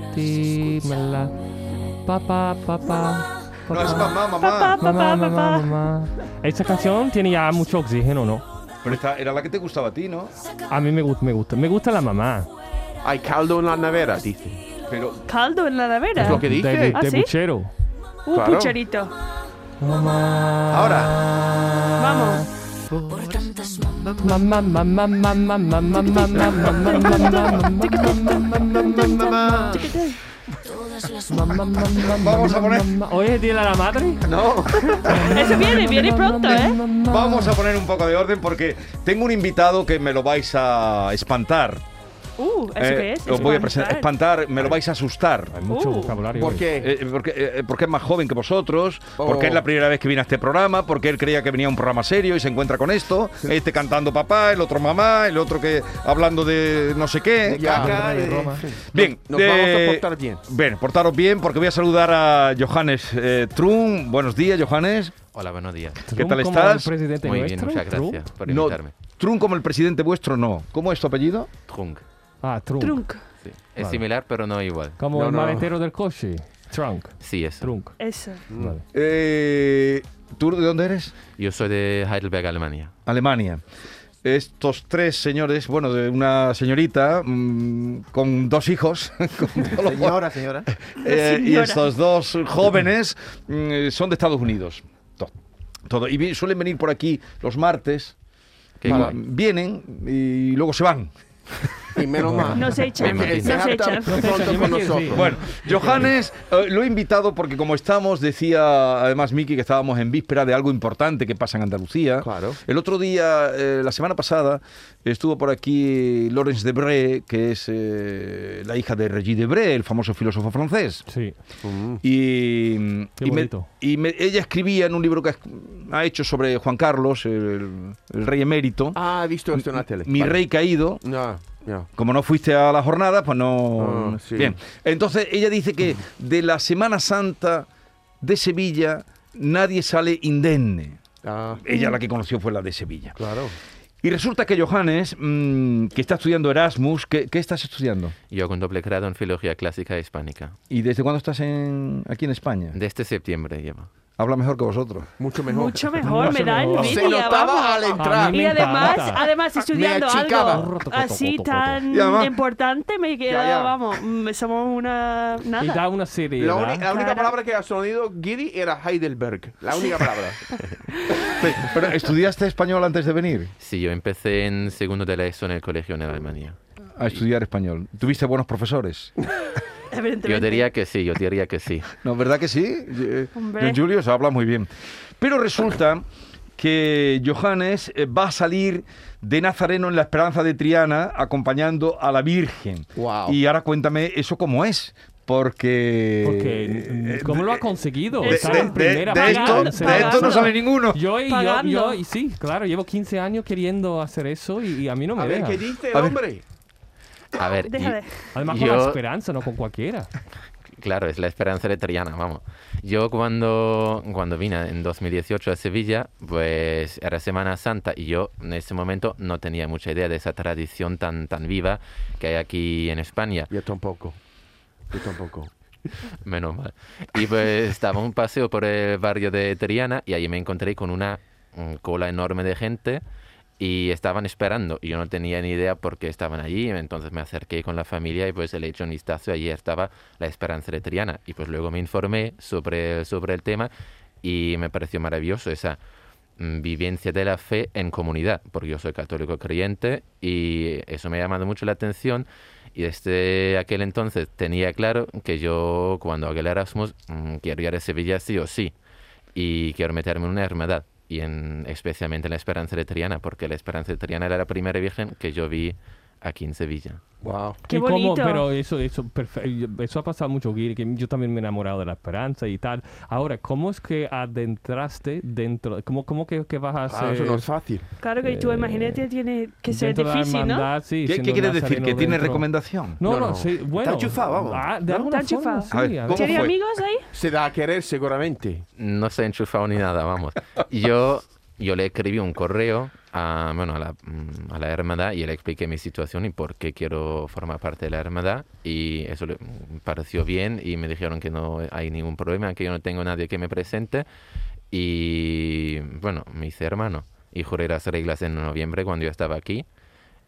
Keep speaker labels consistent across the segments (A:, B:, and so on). A: Tapacotacotimela. Papá, papá.
B: No, es
A: papá.
B: mamá, mamá.
C: Papá,
A: Mamá,
C: papá,
A: mamá,
C: papá.
A: mamá. Esta canción tiene ya mucho oxígeno, ¿no?
B: Pero esta era la que te gustaba a ti, ¿no?
A: A mí me gusta, me gusta. Me gusta la mamá.
D: Hay caldo en la nevera, dice.
B: Pero
C: Caldo en la Uh, nevera.
D: Es lo que dice.
A: De,
C: ¿Ah,
A: de
C: sí?
A: buchero.
C: Un
D: Claro.
C: pucherito.
A: Mamá.
B: ahora,
C: Vamos.
A: Mamá, mamá, mamá, mamá, mamá, mamá, mamá, mamá, mamá,
B: Vamos a poner-
A: mamá. Hoy es el día de la madre.
B: no.
C: Eso viene, viene pronto, ¿eh?
B: Vamos a poner un poco de orden porque tengo un invitado que me lo vais a espantar.
C: Uh, ¿eso
B: Eh,
C: qué es?
B: Os voy a presentar.
C: Espantar.
B: Espantar, me lo vais a asustar.
A: Hay mucho
C: Uh.
A: vocabulario.
D: ¿Por
A: hoy.
D: qué?
B: Eh, porque, eh, porque es más joven que vosotros,
D: Oh.
B: porque es la primera vez que viene a este programa, porque él creía que venía un programa serio y se encuentra con esto, este cantando papá, el otro mamá, el otro que hablando de no sé qué. Ah,
D: Ya, acá,
A: de
D: eh,
A: Roma.
B: Bien,
D: Nos vamos a
B: eh,
D: portar bien.
B: Bien, portaros bien porque voy a saludar a Johannes eh, Trun. Buenos días, Johannes.
E: Hola, buenos días.
B: ¿Qué tal
A: Trump como
B: estás?
A: el presidente
E: Muy bien,
A: nuestro,
E: muchas
A: Trump.
E: gracias por
B: No,
E: invitarme.
B: Trun como el presidente vuestro, no. ¿Cómo es tu apellido?
E: Trunk.
A: Ah, Trump.
C: Trunk.
E: sí. Es
A: Vale.
E: similar, pero no igual.
A: Como
D: No,
A: el
D: no.
A: maletero del coche. Trunk.
E: Sí, es.
A: Trunk.
C: Eso.
B: Mm.
A: Vale.
B: Eh, ¿Tú de dónde eres?
E: Yo soy de Heidelberg, Alemania.
B: Alemania. Estos tres señores, bueno, de una señorita mm, con dos hijos, con todos los-
D: Señora, señora.
B: eh, y
C: Señora.
B: estos dos jóvenes mm, son de Estados Unidos. To- Todo. Y vi- suelen venir por aquí los martes.
E: Qué
B: para-
E: guay.
B: vienen y luego se van.
D: Y menos mal.
C: No se echa,
E: Me
C: no
E: imagino.
C: se echa.
A: se echa, yo
D: pronto
A: me
D: con
A: quiero
D: nosotros.
A: ir.
B: Bueno, Johannes, eh, lo he invitado porque como estamos, decía además Miki que estábamos en víspera de algo importante que pasa en Andalucía.
D: Claro.
B: El otro día, eh, la semana pasada, estuvo por aquí Laurence Debré, que es eh, la hija de Regis Debré, el famoso filósofo francés.
A: Sí.
B: Y,
A: Qué
B: y me-
A: bonito.
B: y me- ella escribía en un libro que ha- ha hecho sobre Juan Carlos, el, el rey emérito,
D: Ah, he visto esto en la tele.
B: mi
D: Vale.
B: rey caído,
D: No, no.
B: como no fuiste a la jornada, pues no.
D: Ah, sí.
B: Bien. Entonces ella dice que de la Semana Santa de Sevilla nadie sale indemne.
D: Ah,
B: Ella la que conoció fue la de Sevilla.
D: claro.
B: Y resulta que Johannes, mm, que está estudiando Erasmus, ¿qué, qué estás estudiando?
E: Yo con doble grado en filología clásica hispánica.
B: ¿Y desde cuándo estás en, aquí en España?
E: Desde septiembre lleva.
B: Habla mejor que vosotros.
D: Mucho mejor.
C: Mucho mejor, me
A: Mucho
C: da
A: mejor.
C: envidia.
D: Se notaba
C: vamos.
D: al entrar.
A: A mí me
C: Y además,
A: encanta.
C: además estudiando
D: achicaba.
C: algo así tan
B: Y además-
C: importante, me queda,
D: Ya, ya.
C: vamos, mm, somos una
A: Y
C: nada.
A: da una serie.
D: La, uni- la única
C: Claro.
D: palabra que ha sonido Giri era Heidelberg. La única palabra.
B: Pero estudiaste español antes de venir
E: Sí, yo empecé en segundo de la ESO en el colegio en Alemania.
B: a estudiar español. ¿Tuviste buenos profesores?
C: Evidentemente.
E: Yo diría que sí, yo diría que sí.
B: No, ¿verdad que sí? Eh,
C: Hombre.
B: John Julius habla muy bien. Pero resulta que Johannes eh, va a salir de Nazareno en la Esperanza de Triana acompañando a la Virgen.
D: Wow.
B: Y ahora cuéntame eso cómo es, porque...
A: Porque,
B: eh,
A: mm, ¿cómo lo ha conseguido?
B: de,
C: de-
A: Estaba en
B: de-
A: primera
B: de esto,
C: pagando,
B: de esto no
C: pagando.
B: sale ninguno.
A: Yo, y yo,
C: Pagando.
A: yo- y sí, claro, llevo 15 años queriendo hacer eso y, y a mí no me
D: A ver,
A: deja.
D: ¿qué dice el
B: A ver.
D: hombre?
E: A ver, y-
C: Déjale.
A: Además con la
E: yo-
A: esperanza, no con cualquiera.
E: Claro, es la esperanza de Triana, vamos. Yo cuando, cuando vine en 2018 a Sevilla, pues era Semana Santa y yo en ese momento no tenía mucha idea de esa tradición tan, tan viva que hay aquí en España.
D: Yo tampoco. Yo tampoco.
E: Menos mal. Y pues estaba un paseo por el barrio de Triana y allí me encontré con una mm, cola enorme de gente y estaban esperando. Y yo no tenía ni idea por qué estaban allí. Entonces me acerqué con la familia y pues le eché un vistazo. Allí estaba la esperanza de Triana. Y pues luego me informé sobre, sobre el tema y me pareció maravilloso esa mm, vivencia de la fe en comunidad, porque yo soy católico creyente y eso me ha llamado mucho la atención y desde aquel entonces tenía claro que yo cuando haga el Erasmus mm, quiero ir a Sevilla sí o sí y quiero meterme en una hermandad y en, especialmente en la Esperanza de Triana, porque la Esperanza de Triana era la primera virgen que yo vi aquí en Sevilla.
D: Wow.
C: Qué
A: Y cómo-
C: bonito.
A: pero eso, eso, perfe- eso ha pasado mucho, Guiri, que yo también me he enamorado de la esperanza y tal. Ahora, ¿cómo es que adentraste dentro? ¿Cómo, cómo que, que vas a hacer?
D: Ah, eso no es fácil.
C: Claro que
A: eh,
C: tú imagínate, tiene que ser
A: dentro de la
C: difícil, ¿no?
A: hermandad, sí,
B: ¿Qué,
A: siendo
B: qué quieres decir?
A: nazareno
B: ¿Que tiene
A: dentro.
B: recomendación?
A: No,
D: No,
A: no,
D: no.
A: sí, bueno.
D: Está enchufado, vamos.
A: Ah, de
D: ¿No?
A: alguna
C: Está
A: forma, sí,
C: enchufado.
B: A ver,
A: a
B: ¿cómo
A: ver.
C: ¿Tiene
B: fue?
C: amigos ahí?
D: Se da a querer seguramente.
E: No se ha enchufado ni nada, vamos. Yo yo le escribí un correo a, bueno, a, la, mm, a la hermandad y le expliqué mi situación y por qué quiero formar parte de la hermandad. Y eso le mm, pareció bien y me dijeron que no hay ningún problema, que yo no tengo nadie que me presente. Y bueno, me hice hermano y juré las reglas en noviembre cuando yo estaba aquí.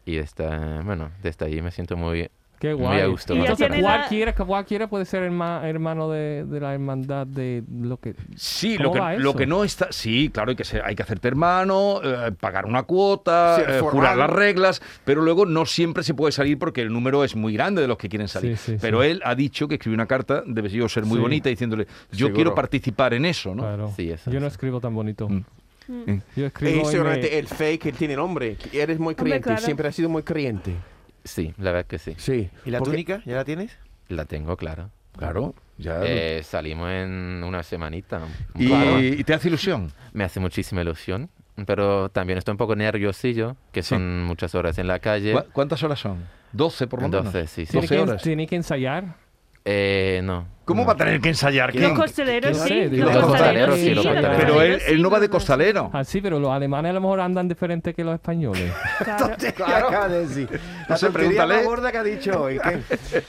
E: Y está, bueno, desde allí me siento muy...
A: Qué
E: Muy
A: guay.
E: a gusto.
C: Y ya
A: Entonces,
C: tiene la-
A: cualquiera, cualquiera puede ser herma- hermano de, de la hermandad de lo que.
B: Sí,
A: ¿Cómo
B: lo que,
A: va
B: lo
A: eso?
B: que no está. Sí, claro, hay que, ser- hay que hacerte hermano, eh, pagar una cuota,
D: Ser
B: eh,
D: formal.
B: jurar las reglas, pero luego no siempre se puede salir porque el número es muy grande de los que quieren salir.
A: Sí, sí,
B: pero
A: sí.
B: él ha dicho que escribió una carta, debe yo ser muy
A: Sí.
B: bonita, diciéndole: Yo
D: Seguro.
B: quiero participar en eso, ¿no?
A: Claro.
E: Sí, eso,
A: Yo no
E: eso.
A: escribo tan bonito.
B: Mm.
A: Yo
D: Eh,
A: escribo. y me-
D: seguramente el fake él tiene nombre. Eres muy
C: Hombre,
D: creyente,
C: claro.
D: siempre has sido muy creyente.
E: Sí, la verdad que sí.
D: Sí.
F: ¿Y la
D: Porque-
F: túnica? ¿Ya la tienes?
E: La tengo, claro.
B: Claro. ya lo-
E: Eh, salimos en una semanita. un
B: y,
E: poco más.
B: y te hace ilusión.
E: Me hace muchísima ilusión, pero también estoy un poco nerviosillo, que
B: Sí.
E: son muchas horas en la calle.
B: ¿Cu- ¿Cuántas horas son? 12 por lo menos.
E: 12, sí, sí.
A: ¿Tiene,
B: 12
A: que,
B: horas.
A: tiene que ensayar.
E: Eh, no.
B: ¿Cómo
E: no.
B: va a tener que ensayar?
C: Los
B: Ken?
C: costeleros
A: Yo
C: sí.
A: sé, digo,
C: Los
E: los
C: costeleros
E: costaleros sí,
C: sí.
E: los
C: los
E: costaleros.
B: Pero él,
C: costaleros
B: él no
C: sí,
B: va de
C: los-
B: costalero.
A: Ah, sí, pero los alemanes a lo mejor andan diferente que los españoles.
C: Claro.
F: Claro. Acaba de decir. La
B: Entonces,
F: tontería
B: pregúntale.
F: más gorda que ha dicho hoy. ¿qué?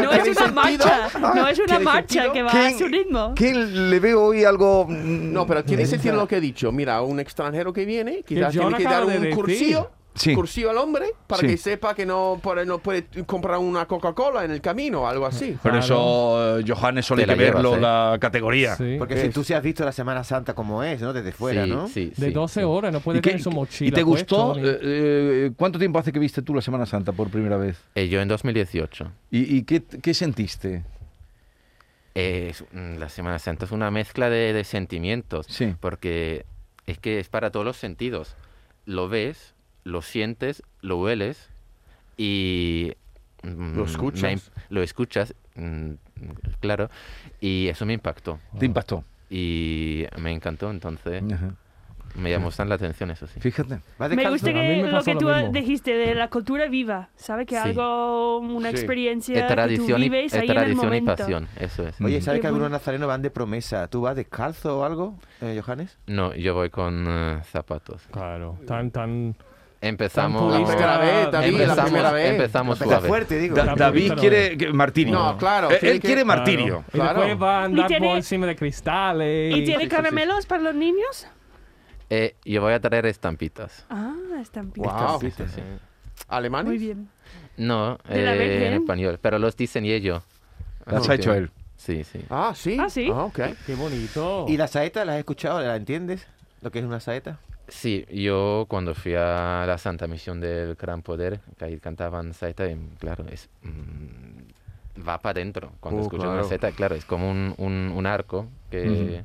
C: No es una marcha, no es una
F: ¿Tiene
C: marcha
F: sentido?
C: que va a
B: ¿Quién-
C: su ritmo.
B: ¿Quién le veo hoy algo.? mm,
D: No, pero tiene sentido lo que he dicho. Mira, un extranjero que viene, quizás
A: yo
D: tiene
A: no
D: que dar
A: acabo de
D: un
A: decir.
D: cursillo,
B: Sí.
D: cursillo al hombre para
B: Sí.
D: que sepa que no, puede- no puede comprar una Coca-Cola en el camino o algo así.
B: Pero
A: Claro.
B: eso, eh, Johannes, solo hay
E: Te
B: que
E: la llevas,
B: verlo,
E: ¿eh?
B: la categoría.
A: Sí.
F: Porque si tú se has visto la Semana Santa como es, ¿no? Desde fuera,
E: sí,
F: ¿no?
E: Sí,
A: De
E: sí,
A: 12
E: sí.
A: horas, no puede
B: ¿Y, qué-
A: tener su
B: y-
A: mochila.
B: y te
A: puesto,
B: gustó?
A: ni-
B: Eh, eh, ¿Cuánto tiempo hace que viste tú la Semana Santa por primera vez?
E: Eh, yo en 2018.
B: ¿Y, y qué, qué sentiste?
E: Eh, es- mm, la Semana Santa es una mezcla de, de sentimientos,
B: Sí.
E: porque es que es para todos los sentidos. Lo ves, lo sientes, lo hueles y... mm,
D: Lo
E: me-
D: escuchas.
E: lo escuchas, mm, claro, y eso me impactó.
B: ¿Te impactó?
E: y me encantó, entonces
B: Ajá.
E: me llamó bastante la atención, eso sí.
B: Fíjate.
F: Vas
C: Me
F: descalzo.
C: gusta
A: A mí
C: que
A: me
C: lo
A: pasó
C: que
A: lo
C: tú
A: mismo.
C: dijiste de la cultura viva, ¿sabes? Que
E: Sí.
C: algo, una
D: Sí.
C: experiencia
E: Es tradición,
C: que
E: y,
C: tú vives
E: es
C: ahí en el
E: tradición y
C: momento.
E: pasión, eso es.
F: Oye, ¿sabes
C: Qué
F: que algunos
C: bueno.
F: nazarenos van de promesa? ¿Tú vas descalzo o algo, eh, Johannes?
E: No, yo voy con eh, zapatos.
A: Claro, tan, tan.
E: Empezamos,
A: Tan purista.
D: primera vez, David, la
E: empezamos,
D: primera vez.
E: empezamos
F: Está
E: suave.
F: fuerte, digo.
B: Da-
A: Tampoco,
B: David
A: pero-
B: quiere que- martirio.
D: No, claro,
B: Eh,
D: tiene
B: él
D: que-
B: quiere
A: claro.
B: martirio.
A: Y
D: Claro.
A: después va a andar
C: tiene-
A: por encima de cristales.
C: ¿Y tiene
D: sí, sí.
C: caramelos para los niños?
E: Eh, yo voy a traer estampitas.
C: Ah, están bien.
D: Wow.
E: Estampitas, sí.
D: ¿Alemanes?
C: Muy bien.
E: No,
C: ¿De la
E: eh, en
C: Virgen?
E: español, pero los diseñé yo.
B: Las
E: Así
B: ha
E: que-
B: hecho él.
E: Sí, sí.
D: Ah, sí.
C: Ah, sí.
D: ok.
A: Qué bonito.
F: ¿Y la saeta la has escuchado? ¿La entiendes? ¿Lo que es una saeta?
E: Sí, yo cuando fui a la Santa Misión del Gran Poder, que ahí cantaban saeta, y claro, es, mm, va para adentro. Cuando
F: Oh,
E: escuchas
F: claro.
E: una saeta, claro, es como un, un- un arco, que,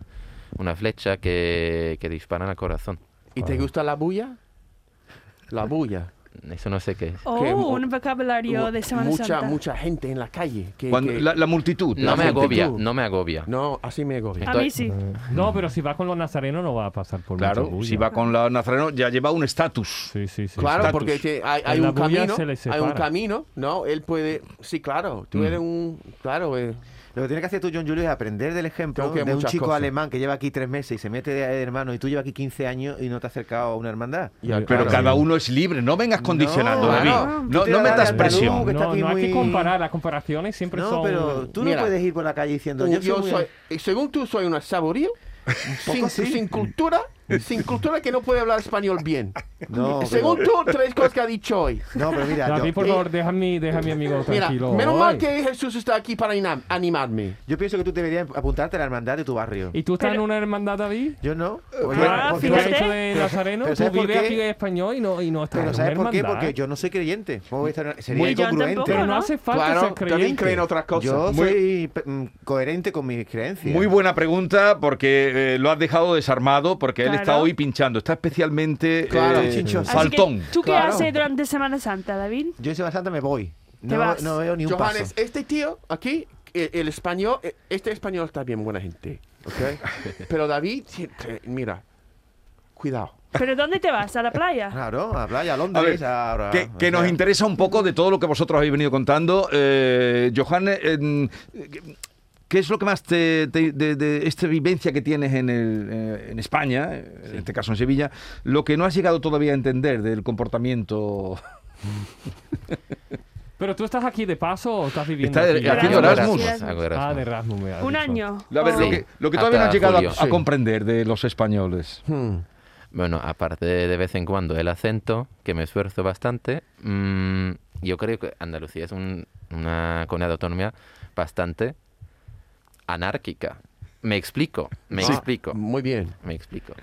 E: una flecha que, que disparan al corazón.
D: ¿Y te gusta la bulla? La bulla.
E: Eso no sé qué es.
C: Oh,
D: Que-
C: un vocabulario de Semana
D: mucha,
C: Santa.
D: Mucha gente en la calle. Que,
B: Cuando-
D: que-
B: la, la multitud.
E: No
B: la
E: me
B: multitud.
E: agobia, no me agobia.
D: No, así me agobia.
A: Ah,
C: A
E: Estoy-
C: mí sí.
A: No, pero si va con los nazarenos no va a pasar por mucha
B: Claro,
A: bulla.
B: si va con la Nazareno ya lleva un estatus.
A: Sí, sí, sí.
D: Claro,
B: Estatus.
D: porque que hay, hay
A: En la
D: un
A: bulla
D: camino,
A: se les
D: hay un
A: separa.
D: camino, ¿no? Él puede, sí, claro, tú
B: Mm.
D: eres un, claro, eh,
F: Lo que tienes que hacer tú, John Julio, es aprender del ejemplo
D: Tengo que
F: de un
D: muchas
F: chico
D: cosas.
F: alemán que lleva aquí tres meses y se mete de de hermano y tú llevas aquí 15 años y no te has acercado a una hermandad.
D: ya,
B: Pero
D: claro.
B: cada uno es libre. No vengas condicionando,
F: No,
B: David.
D: claro.
B: No,
F: Tú te
B: no
F: la das
B: metas
F: de andaluz,
B: presión.
F: que está
A: No,
F: aquí
A: no hay que
F: muy-
A: comparar, las comparaciones siempre
F: No,
A: son...
F: pero tú
D: Mira.
F: no puedes ir por la calle diciendo yo,
D: yo
F: soy...
D: soy, y según tú soy un saborío, sin,
F: sí.
D: sin cultura, sin cultura que no puede hablar español bien.
F: No,
D: según
F: pero-
D: tú, tres cosas que ha dicho hoy.
F: No, Eh, pero mira,
A: David,
F: yo,
A: por favor, deja a mi, deja a mi amigo
D: Mira,
A: tranquilo.
D: menos mal
A: hoy.
D: que Jesús está aquí para inam- animarme.
F: yo pienso que tú deberías apuntarte a la hermandad de tu barrio.
A: ¿Y tú estás
C: Pero-
A: en una hermandad, David?
F: Yo no. Oye,
A: Ah,
F: porque-
A: tú has
C: fíjate.
A: hecho de nazareno,
F: pero
A: tú
F: ¿sabes por
A: vives
F: qué?
A: aquí de español y no, y no estás
F: Pero
A: en
F: ¿sabes
A: una
F: por qué?
A: hermandad,
F: Porque
A: ¿eh?
F: yo no soy creyente. ¿Cómo voy a estar en una- Sería
C: Ni yo
F: incongruente.
C: tampoco,
A: Pero no hace falta ser
D: Claro, también
A: creyente.
D: creen otras cosas.
F: Yo
B: Muy-
F: soy pe- mm, coherente con mis creencias.
B: Muy buena pregunta porque eh, lo has dejado desarmado porque él
C: Claro.
B: está hoy pinchando. Está especialmente
F: Claro,
B: eh,
F: chinchoso.
C: Así que,
B: faltón.
C: ¿Tú qué
D: Claro.
C: haces durante Semana Santa, David?
F: Yo en Semana Santa me voy.
C: Te
F: No,
C: vas.
F: no veo ni un
D: Johannes,
F: paso.
B: eh.
D: este tío aquí, el, el español, eh, este español está bien buena gente, ¿ok? Pero David, sí, eh, mira, cuidado.
C: ¿Pero dónde te vas? ¿A la playa?
F: Claro, a playa, a
B: A ver,
F: Londres, a... a-
B: que,
F: o
B: que nos
F: sea,
B: interesa un poco de todo lo que vosotros habéis venido contando. Eh, Johannes, eh, ¿Qué es lo que más te, te- de, de esta vivencia que tienes en, el, eh, en España, eh, en este caso en Sevilla, lo que no has llegado todavía a entender del comportamiento?
A: Pero tú estás aquí de paso o estás viviendo.
B: Está
A: aquí?
B: de- haciendo
C: Erasmus.
B: Erasmus.
E: hago Erasmus.
A: Ah, de Erasmus, me has
C: Un
A: dicho.
C: año.
B: A ver,
C: o-
B: lo
E: Sí.
B: que, lo que todavía no has
E: Hasta
B: llegado
E: julio.
B: a, a
D: Sí.
B: comprender de los españoles.
D: Hmm.
E: Bueno, aparte de, de vez en cuando el acento, que me esfuerzo bastante, mm, yo creo que Andalucía es un- una comunidad autónoma bastante anárquica. Me explico, me
D: Ah,
E: explico.
D: Muy bien.
E: Me explico.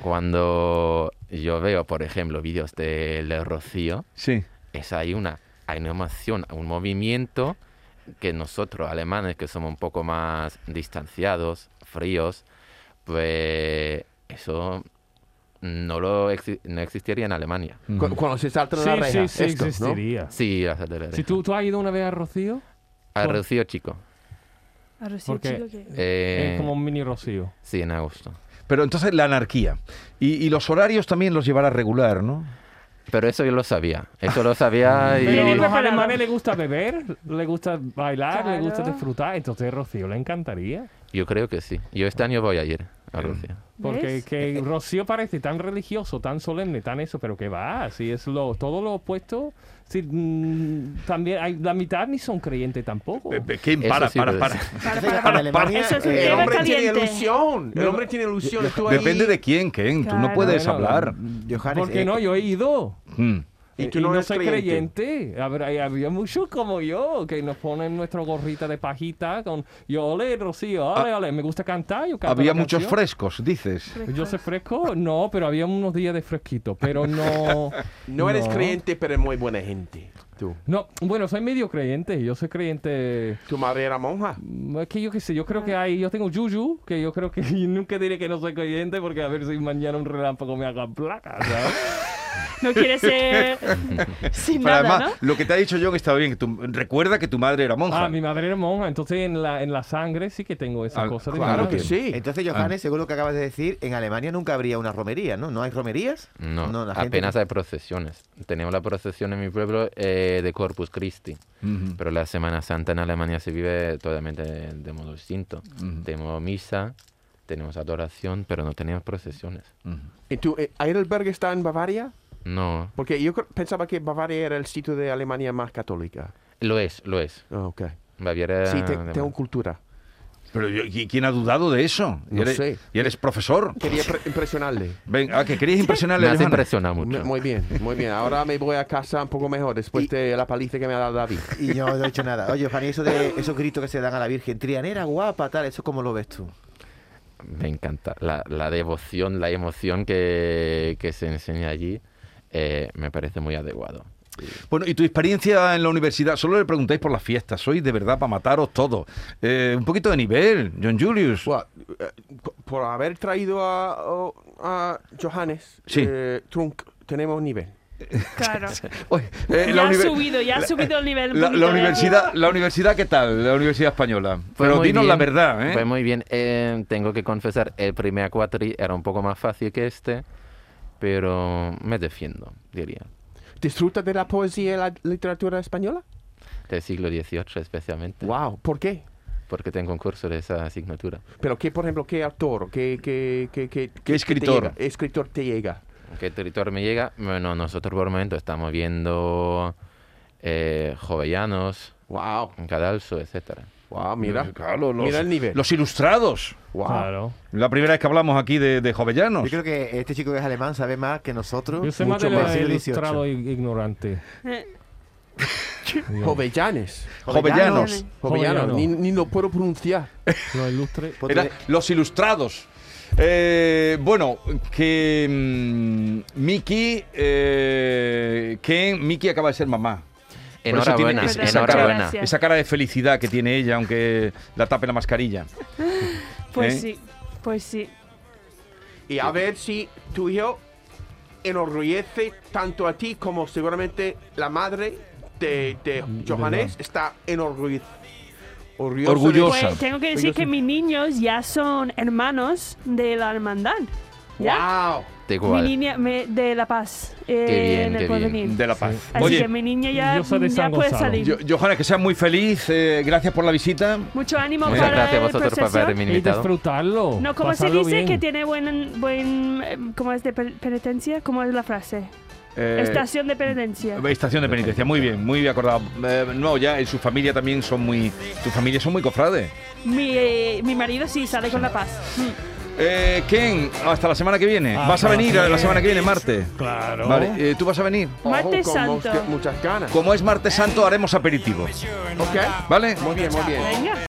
E: Cuando yo veo, por ejemplo, vídeos del Rocío,
B: Sí.
E: es hay una animación, un movimiento que nosotros, alemanes, que somos un poco más distanciados, fríos, pues eso no lo exi- no existiría en Alemania.
D: Cu-
B: Ujú.
D: Cuando se saltan
A: Mm. Sí,
D: la
A: sí,
D: reja.
A: sí,
D: esto, ¿no?
A: existiría.
E: Sí, las de la
A: Si
E: oreja.
A: tú, tú has ido una vez a Rocío,
E: Al Rocío Chico.
C: a Rocío
A: Porque-
C: Ah, Chico, que-
E: Eh,
A: es como un mini Rocío.
E: Sí, en agosto.
B: Pero entonces la anarquía. Y, y los horarios también los llevará regular, ¿no?
E: Pero eso yo lo sabía. Eso lo sabía y...
A: Pero a los
C: preparado.
A: alemanes les gusta beber, les gusta bailar, les gusta
C: Claro.
A: disfrutar. Entonces a Rocío le encantaría.
E: Yo creo que sí. Yo este año voy a ir a Rocío.
A: Porque
C: ¿Ves?
A: que Rocío parece tan religioso, tan solemne, tan eso, pero que va, si es lo, todo lo opuesto. Si, mm, también hay, la mitad ni son creyentes tampoco.
B: ¿Quién?
E: Eso
B: Para,
E: sí,
B: para,
E: pero-
B: para.
C: Para,
F: Entonces,
C: para,
F: para
C: para.
F: Alemania,
C: Eso es un
F: eh,
D: El
C: Era
D: hombre tiene
C: caliente.
D: ilusión. El hombre tiene ilusión. Tú ahí-
B: Depende de quién, Ken. Tú no
C: Claro.
B: puedes
A: Bueno,
B: hablar.
F: Johannes,
A: Porque
F: eh,
A: no, yo he ido.
B: Mm.
D: Y
A: Y,
D: tú
A: y
D: no
A: no,
D: eres
A: soy
D: creyente.
A: creyente. Habrá- hay- había muchos como yo que nos ponen nuestra gorrita de pajita con yo ole, Rocío, ole, ole. Me gusta cantar. Yo canto
B: Había
A: la
B: muchos
A: canción.
B: frescos, dices.
A: ¿Yo sé fresco? No, pero había unos días de fresquito, pero no.
D: No eres creyente, pero es muy buena gente. Tú.
A: No, bueno, soy medio creyente. Yo soy creyente.
D: Tu madre era monja.
A: Mm, Es que yo qué sé, yo creo que
C: Ah.
A: hay. Yo tengo Yuyu, que yo creo que yo nunca diré que no soy creyente, porque a ver si mañana un relámpago me haga placa, ¿sabes?
C: No quiere ser sin
B: Pero
C: nada,
B: además, lo que te ha dicho John estaba bien. que tu- recuerda que tu madre era monja.
A: ah, mi madre era monja, entonces en la, en la sangre sí que tengo esa
B: Ah,
A: cosa de
D: Claro
A: madre.
D: que sí.
A: Ah.
F: Entonces, Johannes, según lo que acabas de decir, en Alemania nunca habría una romería, ¿no? ¿No hay romerías?
E: No,
F: la gente-
E: apenas hay procesiones. Tenemos la procesión en mi pueblo eh, de Corpus Christi,
B: Ujú.
E: pero la Semana Santa en Alemania se vive totalmente de, de modo distinto.
B: Ujú.
E: Tenemos misa, tenemos adoración, pero no tenemos procesiones.
B: Ujú.
D: ¿Y tú, eh, Heidelberg está en Bavaria?
E: No,
D: Porque yo cre- pensaba que Bavaria era el sitio de Alemania más católica.
E: lo es, lo es.
D: Ah, ok.
E: Baviera.
D: Sí, te-
E: además.
D: tengo cultura.
B: Pero yo- ¿y ¿quién ha dudado de eso? Y
D: No
B: eres,
D: sé.
B: y eres profesor.
D: Quería pre- impresionarle.
B: Ven, ah, que querías
E: me
B: impresionarle a
E: has
B: Johanna.
E: impresionado
D: Me-
E: mucho.
D: Muy bien, muy bien. Ahora me voy a casa un poco mejor después
F: Y-
D: de la paliza que me ha dado David.
F: Y yo no he dicho nada. Oye, Johannes, eso de esos gritos que se dan a la Virgen, trianera, guapa, tal, ¿eso cómo lo ves tú?
E: Me encanta. La, la devoción, la emoción que, que se enseña allí eh, me parece muy adecuado.
B: Bueno, y tu experiencia en la universidad, solo le preguntáis por las fiestas, sois de verdad para mataros todos. Eh, un poquito de nivel, John Julius.
D: Bueno, eh, po- por haber traído a, o- a Johannes
B: Sí.
D: eh, Trunk, tenemos nivel.
C: Claro.
B: Oye, eh,
C: ya ha
B: univer-
C: subido, ya ha subido el nivel.
B: la-
C: un
B: la
C: poquito de-
B: universidad, ¿La universidad qué tal? La Universidad Española.
E: Fue
B: Pero
E: muy
B: dinos
E: bien,
B: la verdad, ¿eh?
E: Fue muy bien. Eh, tengo que confesar, el primer cuatri era un poco más fácil que este, pero me defiendo, diría.
D: ¿Disfrutas de la poesía y la literatura española?
E: Del siglo XVIII especialmente,
D: Wow, ¿por qué?
E: porque tengo un curso de esa asignatura.
D: Pero qué, por ejemplo, qué autor, qué, qué, qué, qué, te
B: escritor?
D: llega? escritor te llega?
E: ¿Qué territorio me llega? Bueno, nosotros por el momento estamos viendo eh, Jovellanos,
D: Wow,
E: Cadalso, etcétera.
D: wow, mira,
B: Pues, Claro, los,
D: mira el nivel.
B: los ilustrados.
D: wow.
A: Claro.
B: La primera vez que hablamos aquí de, de
F: Yo
B: Jovellanos.
F: creo que este chico que es alemán sabe más que nosotros.
A: Yo soy más
F: mucho
A: de
F: más
A: la
F: del
A: ilustrado
F: siglo
A: e ignorante.
C: Eh,
D: Jovellanes,
B: Jovellanos.
D: Jovellanos,
A: Jovellanos.
D: ni, ni lo puedo pronunciar.
A: Lo ilustre.
B: Era
F: XVIII.
B: los ilustrados. Eh, bueno, que mm, Miki, eh, que Miki acaba de ser mamá. Por eso tiene
E: Enhorabuena,
B: esa-
C: que-
B: esa, cara,
E: enhorabuena.
C: Gracias.
B: esa cara de felicidad que tiene ella, aunque la tape la mascarilla.
C: Pues
B: ¿Eh?
C: sí, pues sí.
D: Y a ver si tu hijo enorgullece tanto a ti como seguramente la madre de, de
B: Mm,
D: Johannes está enorgullece.
B: Orgulloso.
C: Pues tengo que decir que mis niños ya son hermanos de la hermandad. ¿Ya?
D: ¡Wow!
E: de
C: Mi
E: igual.
C: niña me- de La Paz. eh,
E: Qué bien,
C: en el
E: qué
C: porvenir.
B: De La Paz.
C: Así
B: Oye,
C: que mi niña ya,
A: yo soy de
C: ya
A: San
C: puede
A: Gonzalo.
C: salir.
B: Yo- Johanna, que seas muy feliz. eh, gracias por la visita.
C: Mucho ánimo
E: Muchas
C: para
E: gracias a
C: el
E: vosotros por
C: proceso.
E: haberme
A: Y
E: invitado.
A: disfrutarlo.
C: No, como se
A: pasarlo
C: dice
A: bien.
C: que tiene buen, buen eh, ¿cómo es de per- penitencia? ¿Cómo es la frase?
B: Eh,
C: Estación de penitencia.
B: Estación de penitencia, muy bien, muy bien acordado. Eh, no, ya en su familia también son muy. Tu familia son muy cofrades.
C: Mi, eh, mi marido sí sale con la paz. Mm.
B: Eh, Ken, hasta la semana que viene.
D: Ah,
A: Hasta
B: ¿Vas a venir
A: la
B: la semana que viene, martes?
A: Claro.
B: Vale, eh, ¿tú vas a venir?
C: Martes
D: con
C: Santo.
D: mos- Muchas ganas.
B: Como es martes santo, haremos aperitivo.
D: Ok.
B: ¿Vale?
D: Muy bien, muy bien.
C: Venga.